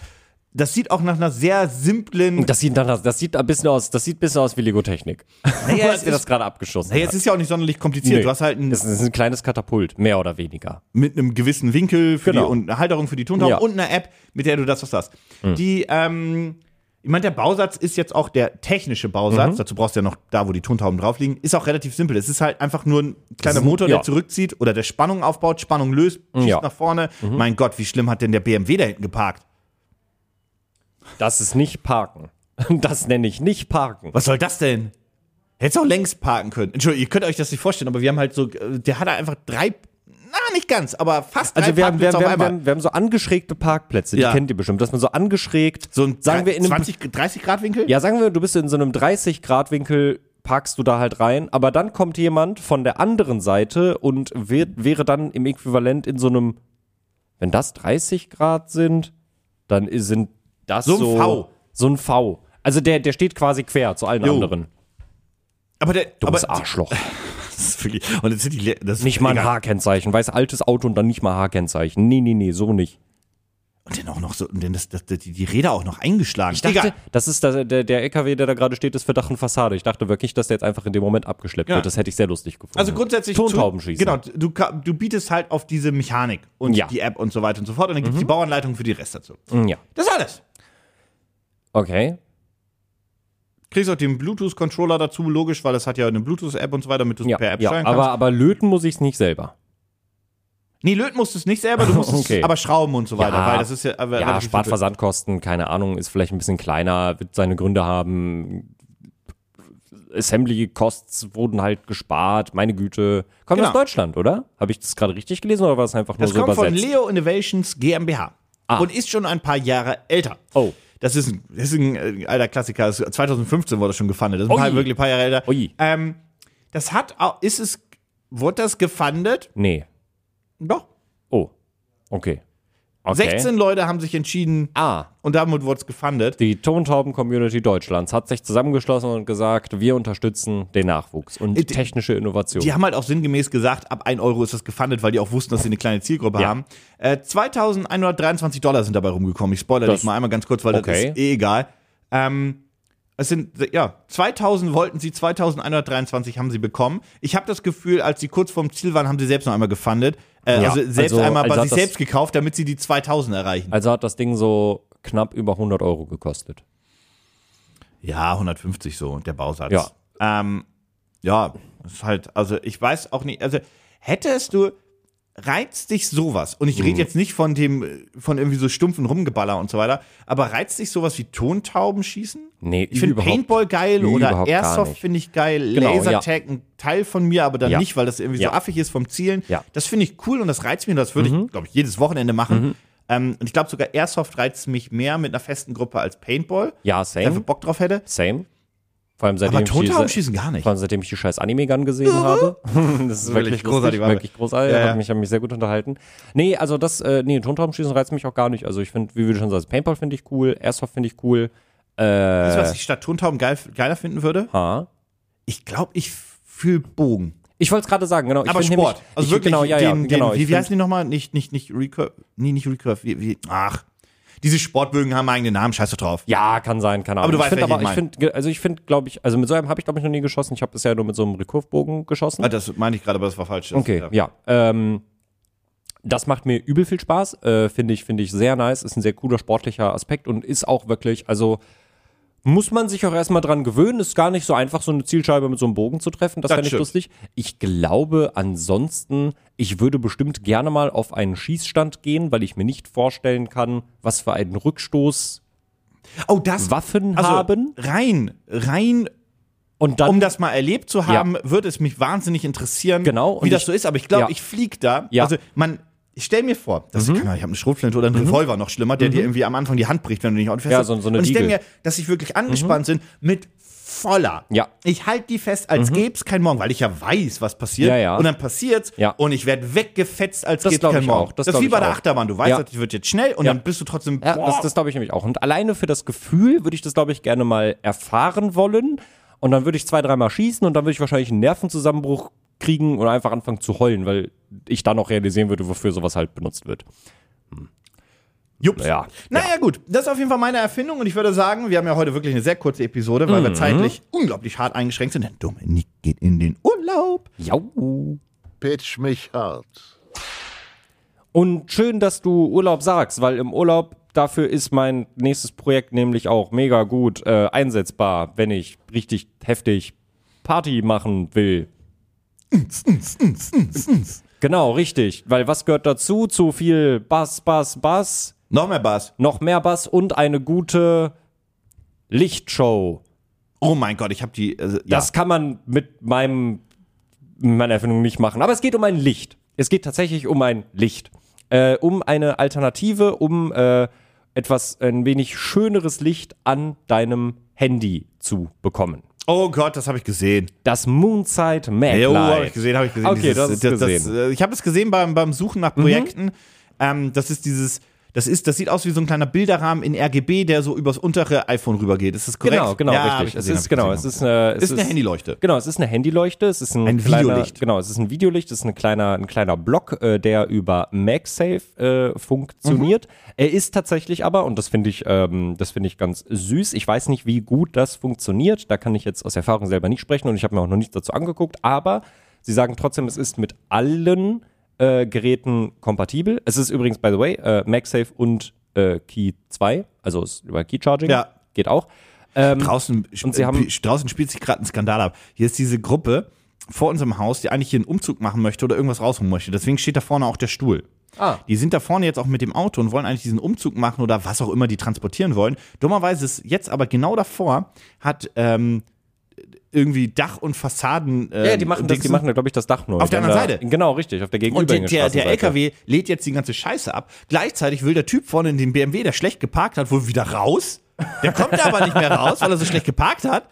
Speaker 2: das sieht auch nach einer sehr simplen.
Speaker 3: Das sieht, dann, das sieht ein bisschen aus, das sieht ein bisschen aus wie Lego-Technik.
Speaker 2: Naja,
Speaker 3: [laughs] Naja,
Speaker 2: es
Speaker 3: als wir
Speaker 2: ist-
Speaker 3: das gerade abgeschossen
Speaker 2: Hey, jetzt ist ja auch nicht sonderlich kompliziert.
Speaker 3: Nee.
Speaker 2: Du hast halt ein
Speaker 3: Das ist ein kleines Katapult, mehr oder weniger.
Speaker 2: mit einem gewissen Winkel für
Speaker 3: Genau.
Speaker 2: die, und eine Halterung für die Tontauben
Speaker 3: Ja. Hm.
Speaker 2: und einer App, mit der du das was hast. Die, ähm, ich meine, der Bausatz ist jetzt auch der technische Bausatz.
Speaker 3: Mhm.
Speaker 2: Dazu brauchst du ja noch da, wo die Tontauben drauf liegen. Ist auch relativ simpel. Es ist halt einfach nur ein kleiner
Speaker 3: ist ein-
Speaker 2: Motor,
Speaker 3: Mhm. ja. Mhm.
Speaker 2: der zurückzieht oder der Spannung aufbaut, Spannung löst, schießt
Speaker 3: Ja.
Speaker 2: nach vorne. Mein Gott, wie schlimm hat denn der BMW da hinten geparkt?
Speaker 3: Das ist nicht Parken. [laughs] Das nenne ich nicht Parken.
Speaker 2: Was soll das denn? Hättest auch längst parken können. Entschuldigung, ihr könnt euch das nicht vorstellen, aber wir haben halt so, äh, der hat da einfach drei, na, nicht ganz, aber fast
Speaker 3: Also
Speaker 2: drei
Speaker 3: wir haben, wir,
Speaker 2: Parkplätze
Speaker 3: haben,
Speaker 2: auf
Speaker 3: wir, haben, wir,
Speaker 2: einmal.
Speaker 3: haben, wir haben so angeschrägte Parkplätze,
Speaker 2: Ja.
Speaker 3: die kennt ihr bestimmt, dass man so angeschrägt, so
Speaker 2: ein
Speaker 3: sagen wir in einem,
Speaker 2: 20, 30 Grad Winkel?
Speaker 3: ja sagen wir, du bist in so einem 30 Grad Winkel, parkst du da halt rein, aber dann kommt jemand von der anderen Seite und wird, wäre dann im Äquivalent in so einem, wenn das 30 Grad sind, dann i- sind das
Speaker 2: So
Speaker 3: so
Speaker 2: ein V.
Speaker 3: so ein V. Also der, der steht quasi quer zu allen
Speaker 2: Jo.
Speaker 3: anderen.
Speaker 2: Aber der,
Speaker 3: Dummes
Speaker 2: aber,
Speaker 3: Arschloch.
Speaker 2: Das ist wirklich, und jetzt sind die, Le- das ist
Speaker 3: Nicht mal ein
Speaker 2: egal.
Speaker 3: H-Kennzeichen. Weiß altes Auto und dann nicht mal H-Kennzeichen. Nee, nee, nee, so nicht.
Speaker 2: Und dann auch noch so, und dann das, das, die, die Räder auch noch eingeschlagen.
Speaker 3: Ich dachte,
Speaker 2: Egal.
Speaker 3: das ist der, der, der LKW, der da gerade steht, ist für Dach und Fassade. Ich dachte wirklich, dass der jetzt einfach in dem Moment abgeschleppt
Speaker 2: Ja.
Speaker 3: wird. Das hätte ich sehr lustig gefunden.
Speaker 2: Also grundsätzlich.
Speaker 3: Tontauben
Speaker 2: zu-
Speaker 3: schießen.
Speaker 2: Genau, du, ka- du bietest halt auf diese Mechanik und
Speaker 3: Ja.
Speaker 2: die App und so weiter und so fort. Und dann gibt es die Bauanleitung für die Rest dazu.
Speaker 3: Mm, Ja.
Speaker 2: Das ist alles.
Speaker 3: Okay.
Speaker 2: Kriegst auch den Bluetooth-Controller dazu, logisch, weil das hat ja eine Bluetooth-App und so weiter, damit du es
Speaker 3: Ja,
Speaker 2: per App
Speaker 3: ja.
Speaker 2: steuern kannst.
Speaker 3: Aber, aber löten muss ich es nicht selber.
Speaker 2: nee, löten musst du es nicht selber, du [laughs] musst
Speaker 3: Okay.
Speaker 2: es aber schrauben und so weiter,
Speaker 3: Ja.
Speaker 2: weil das ist ja. aber
Speaker 3: Ja,
Speaker 2: relativ
Speaker 3: spart
Speaker 2: simpel.
Speaker 3: Versandkosten, keine Ahnung, ist vielleicht ein bisschen kleiner, wird seine Gründe haben. Assembly-Costs wurden halt gespart, meine Güte. Kommt
Speaker 2: Genau.
Speaker 3: aus Deutschland, oder? Habe ich das gerade richtig gelesen oder war das einfach nur
Speaker 2: Das
Speaker 3: so
Speaker 2: kommt von
Speaker 3: übersetzt? Ah.
Speaker 2: Leo Innovations GmbH und ist schon ein paar Jahre älter.
Speaker 3: Oh.
Speaker 2: Das ist ein, das ist ein äh, alter Klassiker. Das, 2015 wurde das schon gefundet. Das ist ein
Speaker 3: Ui.
Speaker 2: paar, wirklich ein paar Jahre älter.
Speaker 3: Ui.
Speaker 2: Ähm, das hat auch, ist es, wurde das gefundet?
Speaker 3: nee.
Speaker 2: Doch.
Speaker 3: Oh. Okay. okay.
Speaker 2: 16 Leute haben sich entschieden
Speaker 3: Ah,
Speaker 2: und damit wurde es gefundet.
Speaker 3: die Tontauben-Community Deutschlands hat sich zusammengeschlossen und gesagt, wir unterstützen den Nachwuchs und
Speaker 2: Äh, die-
Speaker 3: technische Innovation.
Speaker 2: Die haben halt auch sinngemäß gesagt, ab 1 Euro ist das gefundet, weil die auch wussten, dass sie eine kleine Zielgruppe
Speaker 3: Ja.
Speaker 2: haben. Äh, 2123 Dollar sind dabei rumgekommen. Ich spoilere
Speaker 3: Das-
Speaker 2: dich mal einmal ganz kurz, weil das
Speaker 3: okay.
Speaker 2: ist eh egal. Ähm, es sind, ja, 2000 wollten sie, 2123 haben sie bekommen. Ich habe das Gefühl, als sie kurz vorm Ziel waren, haben sie selbst noch einmal gefundet. Äh,
Speaker 3: Ja,
Speaker 2: also selbst
Speaker 3: also-
Speaker 2: einmal bei
Speaker 3: also hat
Speaker 2: sich
Speaker 3: das-
Speaker 2: selbst gekauft, damit sie die 2000 erreichen.
Speaker 3: Also hat das Ding so knapp über 100 Euro gekostet.
Speaker 2: Ja, 150 so, der Bausatz.
Speaker 3: Ja.
Speaker 2: Ähm, ja, ist halt, also ich weiß auch nicht, also hättest du, reizt dich sowas, und ich
Speaker 3: Mhm.
Speaker 2: rede jetzt nicht von dem, äh, von irgendwie so stumpfen Rumgeballer und so weiter, aber reizt dich sowas wie Tontauben schießen?
Speaker 3: Nee,
Speaker 2: Ich finde
Speaker 3: überhaupt-
Speaker 2: Paintball geil oder
Speaker 3: überhaupt gar
Speaker 2: Airsoft
Speaker 3: nicht.
Speaker 2: finde ich geil,
Speaker 3: Genau, ja.
Speaker 2: Lasertag ein Teil von mir, aber dann
Speaker 3: Ja.
Speaker 2: nicht, weil das irgendwie
Speaker 3: Ja.
Speaker 2: so affig ist vom Zielen.
Speaker 3: Ja. Mhm.
Speaker 2: Das finde ich cool und das reizt mich und das würde ich, glaube ich, jedes Wochenende machen. Ähm, und ich glaube sogar Airsoft reizt mich mehr mit einer festen Gruppe als Paintball.
Speaker 3: Ja,
Speaker 2: weil Ich einfach
Speaker 3: same.
Speaker 2: Bock drauf hätte.
Speaker 3: Same. Vor allem seitdem
Speaker 2: Aber
Speaker 3: ich
Speaker 2: Tontauben
Speaker 3: diese,
Speaker 2: schießen gar nicht. Mhm.
Speaker 3: vor allem seitdem ich die scheiß Anime-Gun gesehen
Speaker 2: [laughs]
Speaker 3: habe. Das
Speaker 2: Wirklich
Speaker 3: ist
Speaker 2: großartig,
Speaker 3: wirklich großartig.
Speaker 2: war das.
Speaker 3: Wirklich großartig.
Speaker 2: Ja, ja.
Speaker 3: Hat mich, hat mich sehr gut unterhalten. Nee, also das, äh, nee, Tontaubenschießen reizt mich auch gar nicht. Also ich finde, wie du schon sagst, Paintball finde ich cool, Airsoft finde ich cool.
Speaker 2: Weißt du, was ich statt Tontauben geil, geiler finden würde?
Speaker 3: Ha.
Speaker 2: Ich glaube, ich fühle Bogen.
Speaker 3: Ich wollte es gerade sagen, genau. Ich
Speaker 2: aber
Speaker 3: bin
Speaker 2: Sport.
Speaker 3: Nämlich,
Speaker 2: also
Speaker 3: ich,
Speaker 2: wirklich
Speaker 3: genau, ja, ja,
Speaker 2: den, den,
Speaker 3: genau. ich
Speaker 2: wie, wie
Speaker 3: find-
Speaker 2: heißen die nochmal? Nicht, nicht, nicht Recurve. Nee, nicht Recurve. Wie, wie, ach. Diese Sportbögen haben eigene Namen, scheiß doch drauf.
Speaker 3: Ja, kann sein, keine Ahnung.
Speaker 2: Aber du weißt,
Speaker 3: ich
Speaker 2: welchen
Speaker 3: finde,
Speaker 2: ich
Speaker 3: ich
Speaker 2: meine.
Speaker 3: find, ge- also ich finde, glaube ich, also mit so einem habe ich glaube ich noch nie geschossen. Ich habe bisher nur mit so einem Rekurvbogen geschossen.
Speaker 2: Ah, das meine ich gerade, aber das war falsch. Das-
Speaker 3: Okay,
Speaker 2: ja.
Speaker 3: ja. Ähm, das macht mir übel viel Spaß. Äh, finde ich, finde ich sehr nice. Ist ein sehr cooler sportlicher Aspekt und ist auch wirklich, also muss man sich auch erstmal dran gewöhnen. Ist gar nicht so einfach, so eine Zielscheibe mit so einem Bogen zu treffen. Das,
Speaker 2: Das
Speaker 3: wäre nicht
Speaker 2: stimmt.
Speaker 3: lustig. Ich glaube, ansonsten, ich würde bestimmt gerne mal auf einen Schießstand gehen, weil ich mir nicht vorstellen kann, was für einen Rückstoß
Speaker 2: Oh, das.
Speaker 3: Waffen
Speaker 2: also,
Speaker 3: haben.
Speaker 2: Rein, rein,
Speaker 3: Und dann
Speaker 2: um das mal erlebt zu haben, würde es mich wahnsinnig interessieren,
Speaker 3: Genau, und
Speaker 2: wie das
Speaker 3: ich-
Speaker 2: so ist. Aber ich glaube,
Speaker 3: ja.
Speaker 2: ich fliege da.
Speaker 3: Ja. Mhm.
Speaker 2: Also, man. Ich stell mir vor, das kann, man- ich habe eine Schrotflinte oder einen Revolver noch schlimmer, der dir irgendwie am Anfang die Hand bricht, wenn du nicht ordentlich
Speaker 3: Ja,
Speaker 2: hast.
Speaker 3: so- so eine
Speaker 2: Und ich stell
Speaker 3: Diegel. Mhm.
Speaker 2: mir, dass ich wirklich angespannt sind mit voller.
Speaker 3: Ja. Mhm.
Speaker 2: Ich halte die fest, als gäb's kein Morgen, weil ich ja weiß, was passiert.
Speaker 3: Ja, ja.
Speaker 2: Und dann passiert's
Speaker 3: Ja.
Speaker 2: und ich werde weggefetzt, als
Speaker 3: Das
Speaker 2: gäb's
Speaker 3: glaub
Speaker 2: kein
Speaker 3: ich
Speaker 2: Morgen.
Speaker 3: auch, das
Speaker 2: ist
Speaker 3: glaub
Speaker 2: wie bei
Speaker 3: ich
Speaker 2: der
Speaker 3: auch.
Speaker 2: Achterbahn. Du weißt,
Speaker 3: Ja.
Speaker 2: das wird jetzt schnell und
Speaker 3: Ja.
Speaker 2: dann bist du trotzdem.
Speaker 3: Ja,
Speaker 2: boah.
Speaker 3: das, das glaube ich nämlich auch. Und alleine für das Gefühl würde ich das, glaube ich, gerne mal erfahren wollen. Und dann würde ich zwei, dreimal schießen und dann würde ich wahrscheinlich einen Nervenzusammenbruch kriegen oder einfach anfangen zu heulen, weil ich dann auch realisieren würde, wofür sowas halt benutzt wird.
Speaker 2: Jups.
Speaker 3: Ja.
Speaker 2: Naja, gut. Das ist auf jeden Fall meine Erfindung und ich würde sagen, wir haben ja heute wirklich eine sehr kurze Episode, weil wir
Speaker 3: Mhm.
Speaker 2: zeitlich unglaublich hart eingeschränkt sind. Denn Dominik geht in den Urlaub.
Speaker 3: Jau.
Speaker 1: Pitch mich hart.
Speaker 3: Und schön, dass du Urlaub sagst, weil im Urlaub dafür ist mein nächstes Projekt nämlich auch mega gut äh, einsetzbar, wenn ich richtig heftig Party machen will.
Speaker 2: Hm,
Speaker 3: Genau, richtig. Weil was gehört dazu? Zu viel Bass, Bass, Bass,
Speaker 2: Noch mehr Bass.
Speaker 3: noch mehr Bass und eine gute Lichtshow.
Speaker 2: Oh mein Gott, ich habe die. Äh,
Speaker 3: Das kann man mit meinem, mit meiner Erfindung nicht machen. Aber es geht um ein Licht. Es geht tatsächlich um ein Licht. Äh, um eine Alternative, um äh, etwas, ein wenig schöneres Licht an deinem Handy zu bekommen.
Speaker 2: Oh Gott, das habe ich gesehen.
Speaker 3: Das Moonside Mac
Speaker 2: Jo,
Speaker 3: Light.
Speaker 2: habe ich gesehen, habe ich gesehen.
Speaker 3: Okay, das ist gesehen. Mhm.
Speaker 2: äh, ich habe es gesehen beim, beim Suchen nach Projekten. Ähm, das ist dieses, das ist, das sieht aus wie so ein kleiner Bilderrahmen in RGB, der so übers untere iPhone rübergeht. Ist das korrekt?
Speaker 3: genau, genau,
Speaker 2: Ja, hab ich
Speaker 3: richtig.
Speaker 2: gesehen,
Speaker 3: es
Speaker 2: hab
Speaker 3: ist
Speaker 2: ich
Speaker 3: genau,
Speaker 2: gesehen.
Speaker 3: es ist eine, es
Speaker 2: Ist eine Handyleuchte.
Speaker 3: Genau, es ist eine Handyleuchte, es ist ein,
Speaker 2: Ein
Speaker 3: kleiner,
Speaker 2: Videolicht.
Speaker 3: Genau, es ist ein Videolicht, es ist ein kleiner, ein kleiner Block, äh, der über MagSafe äh, funktioniert.
Speaker 2: Mhm.
Speaker 3: Er ist tatsächlich aber, und das finde ich, ähm, das finde ich ganz süß. Ich weiß nicht, wie gut das funktioniert. Da kann ich jetzt aus Erfahrung selber nicht sprechen und ich habe mir auch noch nichts dazu angeguckt. Aber sie sagen trotzdem, es ist mit allen äh, Geräten kompatibel. Es ist übrigens, by the way, äh, MagSafe und äh, Key 2, also es ist über Key Charging
Speaker 2: Ja.
Speaker 3: geht auch. Ähm,
Speaker 2: Draußen, sp-
Speaker 3: Und sie haben-
Speaker 2: äh, draußen spielt sich gerade ein Skandal ab. Hier ist diese Gruppe vor unserem Haus, die eigentlich hier einen Umzug machen möchte oder irgendwas rausholen möchte. Deswegen steht da vorne auch der Stuhl.
Speaker 3: Ah.
Speaker 2: Die sind da vorne jetzt auch mit dem Auto und wollen eigentlich diesen Umzug machen oder was auch immer die transportieren wollen. Dummerweise ist jetzt aber genau davor, hat ähm, irgendwie Dach und Fassaden.
Speaker 3: Ja, ja,
Speaker 2: ähm,
Speaker 3: die machen das, die
Speaker 2: Dingsen-
Speaker 3: machen, glaube ich, das Dach neu.
Speaker 2: Auf der
Speaker 3: Die
Speaker 2: anderen
Speaker 3: haben da-
Speaker 2: Seite.
Speaker 3: Genau, richtig, auf der
Speaker 2: Und der,
Speaker 3: gegenüberliegenden
Speaker 2: der, der
Speaker 3: Straßenseite.
Speaker 2: LKW lädt jetzt die ganze Scheiße ab. Gleichzeitig will der Typ vorne in dem BMW, der schlecht geparkt hat, wohl wieder raus. Der kommt da aber nicht mehr raus, weil er so schlecht geparkt hat.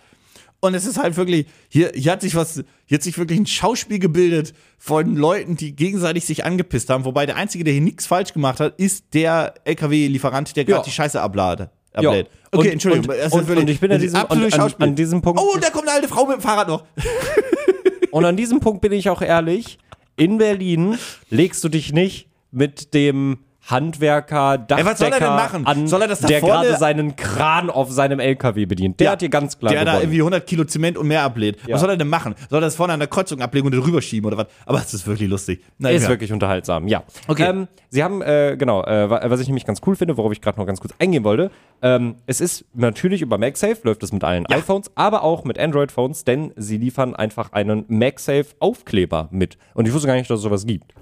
Speaker 2: Und es ist halt wirklich, hier, hier hat sich was, hier hat sich wirklich ein Schauspiel gebildet von Leuten, die gegenseitig sich angepisst haben. Wobei der Einzige, der hier nichts falsch gemacht hat, ist der LKW-Lieferant, der gerade
Speaker 3: Ja.
Speaker 2: die Scheiße ablade.
Speaker 3: Ja.
Speaker 2: ablädt.
Speaker 3: Und-
Speaker 2: Okay, Entschuldigung.
Speaker 3: und-
Speaker 2: es ist
Speaker 3: und-
Speaker 2: wirklich
Speaker 3: und ich bin an
Speaker 2: ein
Speaker 3: diesem-
Speaker 2: absolutes
Speaker 3: an- an-
Speaker 2: Schauspiel.
Speaker 3: an diesem Punkt-
Speaker 2: Oh, da kommt eine alte Frau mit dem Fahrrad noch.
Speaker 3: Und an diesem Punkt bin ich auch ehrlich, in Berlin legst du dich nicht mit dem Handwerker, Dachdecker
Speaker 2: Ey, was soll er denn machen?
Speaker 3: an,
Speaker 2: Soll er das da
Speaker 3: der
Speaker 2: vorne-
Speaker 3: gerade seinen Kran auf seinem LKW bedient. Der
Speaker 2: Ja.
Speaker 3: hat hier ganz klar
Speaker 2: Der da
Speaker 3: gewonnen.
Speaker 2: irgendwie 100 Kilo Zement und mehr ablädt. Was soll er denn machen? Soll er das vorne an der Kreuzung ablegen und drüber schieben oder was? Aber es ist wirklich lustig. Nein,
Speaker 3: Ist wirklich unterhaltsam, ja.
Speaker 2: Okay.
Speaker 3: Ähm, Sie haben, äh, genau, äh, wa- was ich nämlich ganz cool finde, worauf ich gerade noch ganz kurz eingehen wollte. Ähm, es ist natürlich über MagSafe, läuft es mit allen iPhones, aber auch mit Android-Phones, denn sie liefern einfach einen MagSafe-Aufkleber mit. Und ich wusste gar nicht, dass es sowas gibt.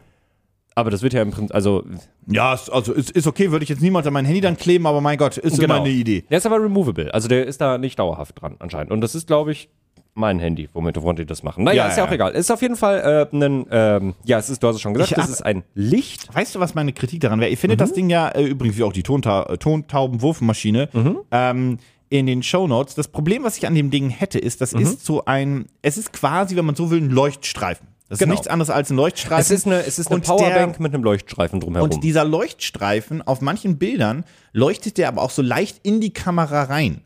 Speaker 3: Aber das wird ja im Prinzip, also
Speaker 2: Ja, ist, also ist, ist okay, würde ich jetzt niemals an mein Handy dann kleben, aber mein Gott, ist
Speaker 3: Genau.
Speaker 2: immer eine Idee.
Speaker 3: Der ist aber removable, also der ist da nicht dauerhaft dran anscheinend. Und das ist, glaube ich, mein Handy, womit womit die das machen. Naja,
Speaker 2: Ja,
Speaker 3: ist ja,
Speaker 2: ja.
Speaker 3: auch egal. Ist auf jeden Fall äh, ein, ähm, ja, es ist, du hast es schon gesagt,
Speaker 2: Ich
Speaker 3: das
Speaker 2: hab-
Speaker 3: ist ein Licht.
Speaker 2: Weißt du, was meine Kritik daran wäre? Ihr findet
Speaker 3: Mhm.
Speaker 2: das Ding ja äh, übrigens wie auch die Tonta äh, Tontaubenwurfmaschine
Speaker 3: Mhm.
Speaker 2: ähm, in den Shownotes. Das Problem, was ich an dem Ding hätte, ist, das
Speaker 3: Mhm.
Speaker 2: ist so ein, es ist quasi, wenn man so will, ein Leuchtstreifen. Das
Speaker 3: Genau.
Speaker 2: ist nichts anderes als ein Leuchtstreifen.
Speaker 3: Es ist eine, es ist eine
Speaker 2: Also Und der-
Speaker 3: Powerbank mit einem Leuchtstreifen drumherum.
Speaker 2: Und dieser Leuchtstreifen auf manchen Bildern leuchtet der aber auch so leicht in die Kamera rein.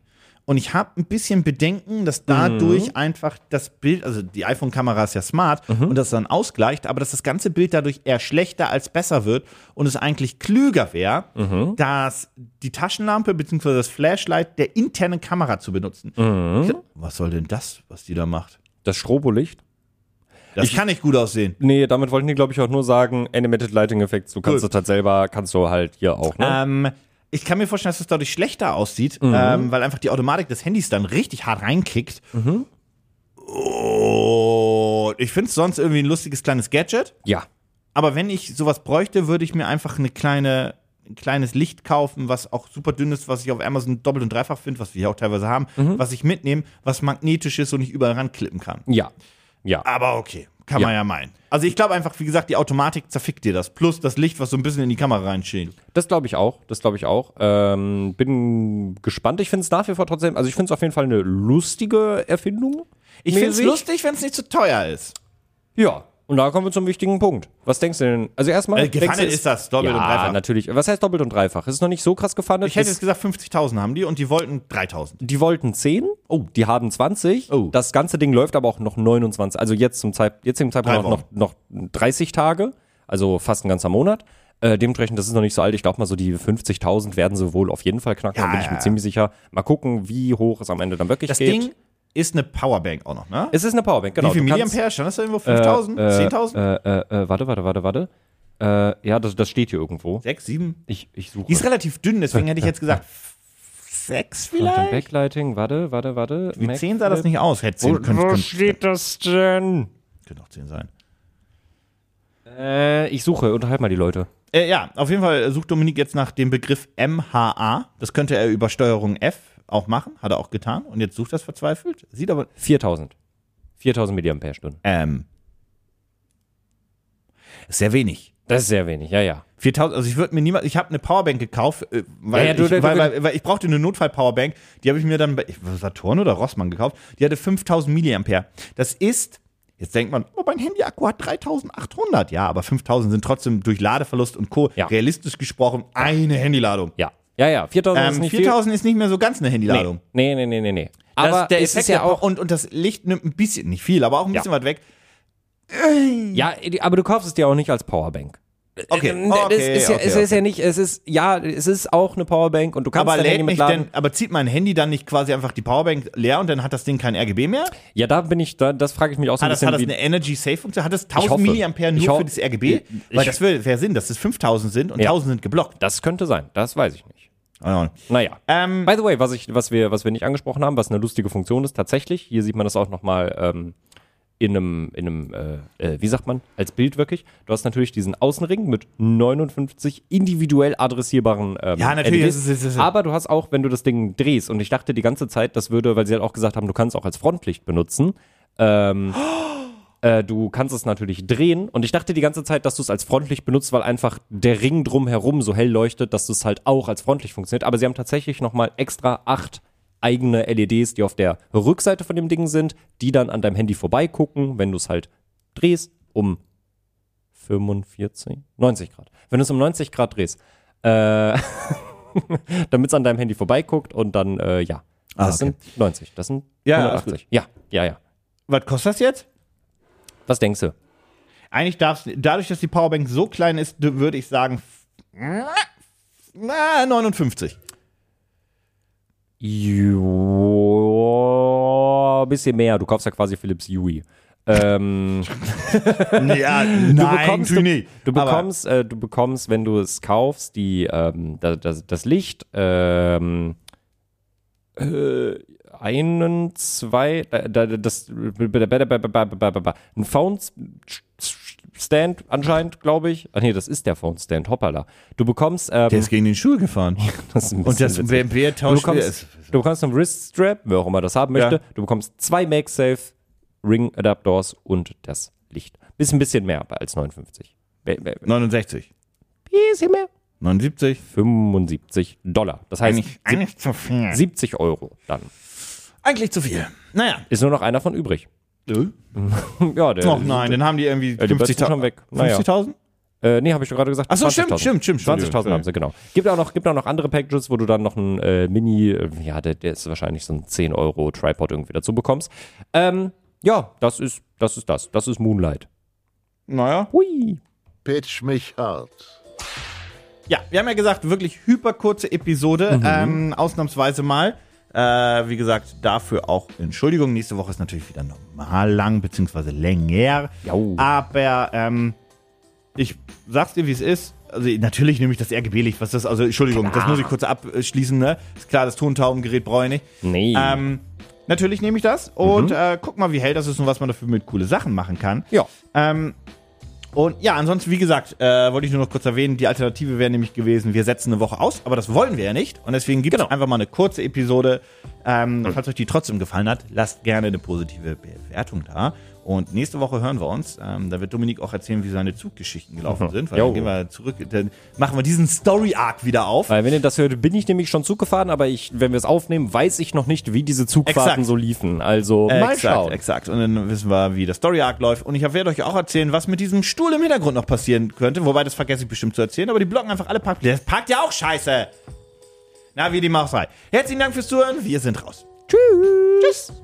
Speaker 2: Und ich habe ein bisschen Bedenken, dass dadurch einfach das Bild, also die iPhone-Kamera ist ja smart und das dann ausgleicht, aber dass das ganze Bild dadurch eher schlechter als besser wird und es eigentlich klüger wäre, dass die Taschenlampe bzw. das Flashlight der internen Kamera zu benutzen. Ich sag, was soll denn das, was die da macht?
Speaker 3: Das Strobolicht?
Speaker 2: Das kann nicht gut aussehen.
Speaker 3: Nee, damit wollten die, glaube ich, auch nur sagen, Animated Lighting Effects, du kannst
Speaker 2: Gut.
Speaker 3: das halt selber, kannst du halt hier auch, ne?
Speaker 2: Ähm, ich kann mir vorstellen, dass es dadurch schlechter aussieht, ähm, weil einfach die Automatik des Handys dann richtig hart reinkickt. Oh, ich finde es sonst irgendwie ein lustiges kleines Gadget.
Speaker 3: Ja.
Speaker 2: Aber wenn ich sowas bräuchte, würde ich mir einfach eine kleine, ein kleines Licht kaufen, was auch super dünn ist, was ich auf Amazon doppelt und dreifach finde, was wir hier auch teilweise haben, was ich mitnehme, was magnetisch ist und ich überall ranklippen kann.
Speaker 3: Ja. Ja.
Speaker 2: Aber okay, kann
Speaker 3: Ja.
Speaker 2: man ja meinen. Also ich glaube einfach, wie gesagt, die Automatik zerfickt dir das. Plus das Licht, was so ein bisschen in die Kamera reinschielt.
Speaker 3: Das glaube ich auch, das glaube ich auch. Ähm, bin gespannt. Ich finde es nach wie vor trotzdem, also ich finde es auf jeden Fall eine lustige Erfindung.
Speaker 2: Ich finde es
Speaker 3: Mäßig.
Speaker 2: lustig, wenn es nicht zu teuer ist.
Speaker 3: Ja. Und da kommen wir zum wichtigen Punkt. Was denkst du denn? Also erstmal.
Speaker 2: Äh, gefundet
Speaker 3: denkst du, es-
Speaker 2: ist das, doppelt
Speaker 3: ja,
Speaker 2: und dreifach.
Speaker 3: natürlich. Was heißt doppelt und dreifach? Es ist noch nicht so krass gefundet.
Speaker 2: Ich hätte
Speaker 3: es,
Speaker 2: jetzt gesagt, 50.000 haben die und die wollten 3.000.
Speaker 3: die wollten 10, oh. die haben 20.
Speaker 2: Oh.
Speaker 3: Das ganze Ding läuft aber auch noch 29, also jetzt zum Zeit, jetzigen Zeitpunkt
Speaker 2: Drei
Speaker 3: noch, noch, noch 30 Tage, also fast ein ganzer Monat. Äh, dementsprechend, das ist noch nicht so alt. Ich glaube mal so die 50.000 werden sie wohl auf jeden Fall knacken, da
Speaker 2: Ja,
Speaker 3: bin ich
Speaker 2: ja,
Speaker 3: mir
Speaker 2: ja.
Speaker 3: ziemlich sicher. Mal gucken, wie hoch es am Ende dann wirklich
Speaker 2: Das
Speaker 3: geht.
Speaker 2: Ding ist eine Powerbank auch noch, ne?
Speaker 3: es ist eine Powerbank, genau.
Speaker 2: Wie viel
Speaker 3: Du kannst-
Speaker 2: Milliampere? Stand das da irgendwo? 5.000? 10.000?
Speaker 3: Äh, äh, äh, warte, warte, warte, warte. Äh, ja, das, das steht hier irgendwo.
Speaker 2: 6, 7?
Speaker 3: Ich, ich suche.
Speaker 2: Die ist relativ dünn, deswegen hätte ich jetzt [laughs] gesagt 6
Speaker 3: Achtung,
Speaker 2: vielleicht?
Speaker 3: Backlighting, warte, warte, warte.
Speaker 2: Wie 10 sah das nicht aus. Hätte 10, könnte,
Speaker 3: Wo
Speaker 2: könnte,
Speaker 3: steht das denn?
Speaker 2: könnte auch 10 sein.
Speaker 3: Äh, ich suche, unterhalt mal die Leute.
Speaker 2: Äh, ja, auf jeden Fall sucht Dominik jetzt nach dem Begriff MHA. Das könnte er über Steuerung F auch machen, hat er auch getan. Und jetzt sucht das verzweifelt. Sieht aber
Speaker 3: 4000. 4000 Milliampere-Stunden.
Speaker 2: Ähm. Ist sehr wenig.
Speaker 3: Das ist sehr wenig, ja, ja.
Speaker 2: 4000, also ich würde mir niemals, ich habe eine Powerbank gekauft, äh, weil,
Speaker 3: Ja, ja, du-
Speaker 2: ich,
Speaker 3: du-
Speaker 2: weil,
Speaker 3: du-
Speaker 2: weil, weil ich brauchte eine Notfall-Powerbank, die habe ich mir dann bei ich- Saturn oder Rossmann gekauft, die hatte 5000 Milliampere. Das ist, jetzt denkt man, oh, mein Handy-Akku hat 3800, ja, aber 5000 sind trotzdem durch Ladeverlust und Co.
Speaker 3: Ja.
Speaker 2: realistisch gesprochen eine Handyladung.
Speaker 3: Ja, ja, ja. 4000 ist
Speaker 2: Ähm,
Speaker 3: nicht
Speaker 2: 4000 ist nicht mehr so ganz eine
Speaker 3: viel.
Speaker 2: Handyladung.
Speaker 3: Nee, nee, nee, nee, nee.
Speaker 2: Das-
Speaker 3: Aber
Speaker 2: der
Speaker 3: es
Speaker 2: Effekt
Speaker 3: ist ja
Speaker 2: der-
Speaker 3: auch.
Speaker 2: und, und das Licht nimmt ein bisschen, nicht viel, aber auch ein
Speaker 3: Ja.
Speaker 2: bisschen weit weg.
Speaker 3: Ja, aber du kaufst es dir auch nicht als Powerbank.
Speaker 2: Okay,
Speaker 3: Ähm, das
Speaker 2: okay,
Speaker 3: ist ja,
Speaker 2: okay,
Speaker 3: es ist ja nicht, es ist, ja, es ist auch eine Powerbank und du kannst
Speaker 2: Aber,
Speaker 3: dein
Speaker 2: lädt
Speaker 3: Handy
Speaker 2: mich
Speaker 3: mit laden.
Speaker 2: denn, aber zieht mein Handy dann nicht quasi einfach die Powerbank leer und dann hat das Ding kein RGB mehr?
Speaker 3: Ja, da bin ich, da, das frage ich mich auch so ein
Speaker 2: Hat das,
Speaker 3: bisschen.
Speaker 2: hat das
Speaker 3: wie-
Speaker 2: eine Energy Safe Funktion? Hat das
Speaker 3: Ich
Speaker 2: 1000
Speaker 3: hoffe.
Speaker 2: Milliampere
Speaker 3: Ich
Speaker 2: nur
Speaker 3: hoffe.
Speaker 2: für das RGB?
Speaker 3: Ich-
Speaker 2: Weil das wäre Sinn, dass es 5000 sind und
Speaker 3: Ja.
Speaker 2: 1000 sind geblockt.
Speaker 3: das könnte sein, das weiß ich nicht.
Speaker 2: Oh, no.
Speaker 3: Naja.
Speaker 2: Ähm,
Speaker 3: By the way, was, ich, was, wir, was wir nicht angesprochen haben, was eine lustige Funktion ist, tatsächlich, hier sieht man das auch nochmal ähm, in einem, in einem äh, äh, wie sagt man, als Bild wirklich. Du hast natürlich diesen Außenring mit 59 individuell adressierbaren ähm,
Speaker 2: Ja, natürlich,
Speaker 3: LEDs.
Speaker 2: das ist- das ist-
Speaker 3: Aber du hast auch, wenn du das Ding drehst, und ich dachte die ganze Zeit, das würde, weil sie halt auch gesagt haben, du kannst es auch als Frontlicht benutzen. Ähm, äh, du kannst es natürlich drehen und ich dachte die ganze Zeit, dass du es als Frontlicht benutzt, weil einfach der Ring drumherum so hell leuchtet, dass es halt auch als Frontlicht funktioniert. Aber sie haben tatsächlich nochmal extra acht eigene LEDs, die auf der Rückseite von dem Ding sind, die dann an deinem Handy vorbeigucken, wenn du es halt drehst um 45, 90 Grad. Wenn du es um 90 Grad drehst, äh, [laughs] damit es an deinem Handy vorbeiguckt und dann, äh, ja.
Speaker 2: Ah,
Speaker 3: Das
Speaker 2: okay.
Speaker 3: sind 90, das sind
Speaker 2: Ja, alles
Speaker 3: 180. Ja, ja, ja.
Speaker 2: was kostet das jetzt?
Speaker 3: Was denkst du?
Speaker 2: Eigentlich darf's, dadurch, dass die Powerbank so klein ist, d- würde ich sagen, f- na, 59.
Speaker 3: Jo, bisschen mehr. Du kaufst ja quasi Philips Yui.
Speaker 2: [laughs]
Speaker 3: Ähm,
Speaker 2: ja,
Speaker 3: du bekommst,
Speaker 2: tu
Speaker 3: du,
Speaker 2: nicht.
Speaker 3: du
Speaker 2: Aber-
Speaker 3: bekommst, äh, du bekommst, wenn du es kaufst, die, ähm, das, das, das Licht, ähm, äh, einen, zwei, da- da- das, ein Phone-Stand anscheinend, glaube ich. Ach nee, das ist der Phone-Stand, hoppala. Du bekommst, ähm,
Speaker 2: Der ist gegen den Schuh gefahren.
Speaker 3: das ist ein
Speaker 2: Und
Speaker 3: bisschen
Speaker 2: das
Speaker 3: witzig.
Speaker 2: wer, wer
Speaker 3: Du
Speaker 2: tauscht
Speaker 3: bekommst, du bekommst einen Wriststrap, wer auch immer das haben möchte.
Speaker 2: Ja.
Speaker 3: Du bekommst zwei MagSafe, Ring Adapters und das Licht. Ist ein bisschen mehr als 59. Be- be-
Speaker 2: 69.
Speaker 3: Bisschen mehr.
Speaker 2: 79.
Speaker 3: 75 Dollar. Das heißt
Speaker 2: Eigentlich, eigentlich zu viel.
Speaker 3: 70 Euro dann.
Speaker 2: Eigentlich zu viel. Naja.
Speaker 3: Ist nur noch einer von übrig. [laughs]
Speaker 2: Äh?
Speaker 3: ja, der,
Speaker 2: Oh. Och nein, dann haben die irgendwie
Speaker 3: Äh, die Besten
Speaker 2: 50.000.
Speaker 3: schon weg. Naja.
Speaker 2: 50.000?
Speaker 3: Äh, nee, habe ich schon gerade gesagt.
Speaker 2: Achso, stimmt,
Speaker 3: 20.000.
Speaker 2: stimmt, stimmt.
Speaker 3: 20.000 haben sie, genau. Gibt auch noch, gibt auch noch andere Packages, wo du dann noch ein äh, Mini, äh, ja, der, der ist wahrscheinlich so ein 10-Euro-Tripod irgendwie dazu bekommst. Ähm, ja, das ist, das ist das. Das ist Moonlight.
Speaker 2: Naja.
Speaker 3: Hui.
Speaker 1: Pitch mich hart.
Speaker 2: Ja, wir haben ja gesagt, wirklich hyperkurze Episode,
Speaker 3: Mhm.
Speaker 2: ähm, ausnahmsweise mal. Äh, wie gesagt, dafür auch Entschuldigung. Nächste Woche ist natürlich wieder normal lang, beziehungsweise länger.
Speaker 3: Jau.
Speaker 2: Aber ähm, ich sag's dir, wie es ist. Also natürlich nehme ich das eher gebelig, was das, also Entschuldigung, das muss ich kurz abschließen, ne? Ist klar, das Tontaubengerät brauche ich nicht.
Speaker 3: Nee. Mhm.
Speaker 2: Ähm, natürlich nehme ich das und äh, guck mal, wie hell das ist und was man dafür mit coole Sachen machen kann.
Speaker 3: ja.
Speaker 2: Ähm, und ja, ansonsten, wie gesagt, äh, wollte ich nur noch kurz erwähnen, die Alternative wäre nämlich gewesen, wir setzen eine Woche aus, aber das wollen wir ja nicht. Und deswegen gibt
Speaker 3: Genau. Hm.
Speaker 2: es einfach mal eine kurze Episode. Ähm, Falls euch die trotzdem gefallen hat, lasst gerne eine positive Bewertung da. Und nächste Woche hören wir uns. Ähm, da wird Dominik auch erzählen, wie seine Zuggeschichten
Speaker 3: [laughs]
Speaker 2: gelaufen sind. Weil
Speaker 3: Jo.
Speaker 2: dann gehen wir zurück, dann machen wir diesen Story-Arc wieder auf.
Speaker 3: Weil Äh, wenn ihr das hört, bin ich nämlich schon Zug gefahren, aber ich, wenn wir es aufnehmen, weiß ich noch nicht, wie diese Zugfahrten
Speaker 2: Exakt.
Speaker 3: so liefen. Also
Speaker 2: Äh,
Speaker 3: mal
Speaker 2: exakt,
Speaker 3: schauen.
Speaker 2: Exakt. Und dann wissen wir, wie der Story Arc läuft. Und ich werde euch auch erzählen, was mit diesem Stuhl im Hintergrund noch passieren könnte. Wobei, das vergesse ich bestimmt zu erzählen. Aber die blocken einfach alle Parkplätze. Das parkt ja auch scheiße. Na, wie die Maus sei. Herzlichen Dank fürs Zuhören. Wir sind raus. Tschüss. Tschüss.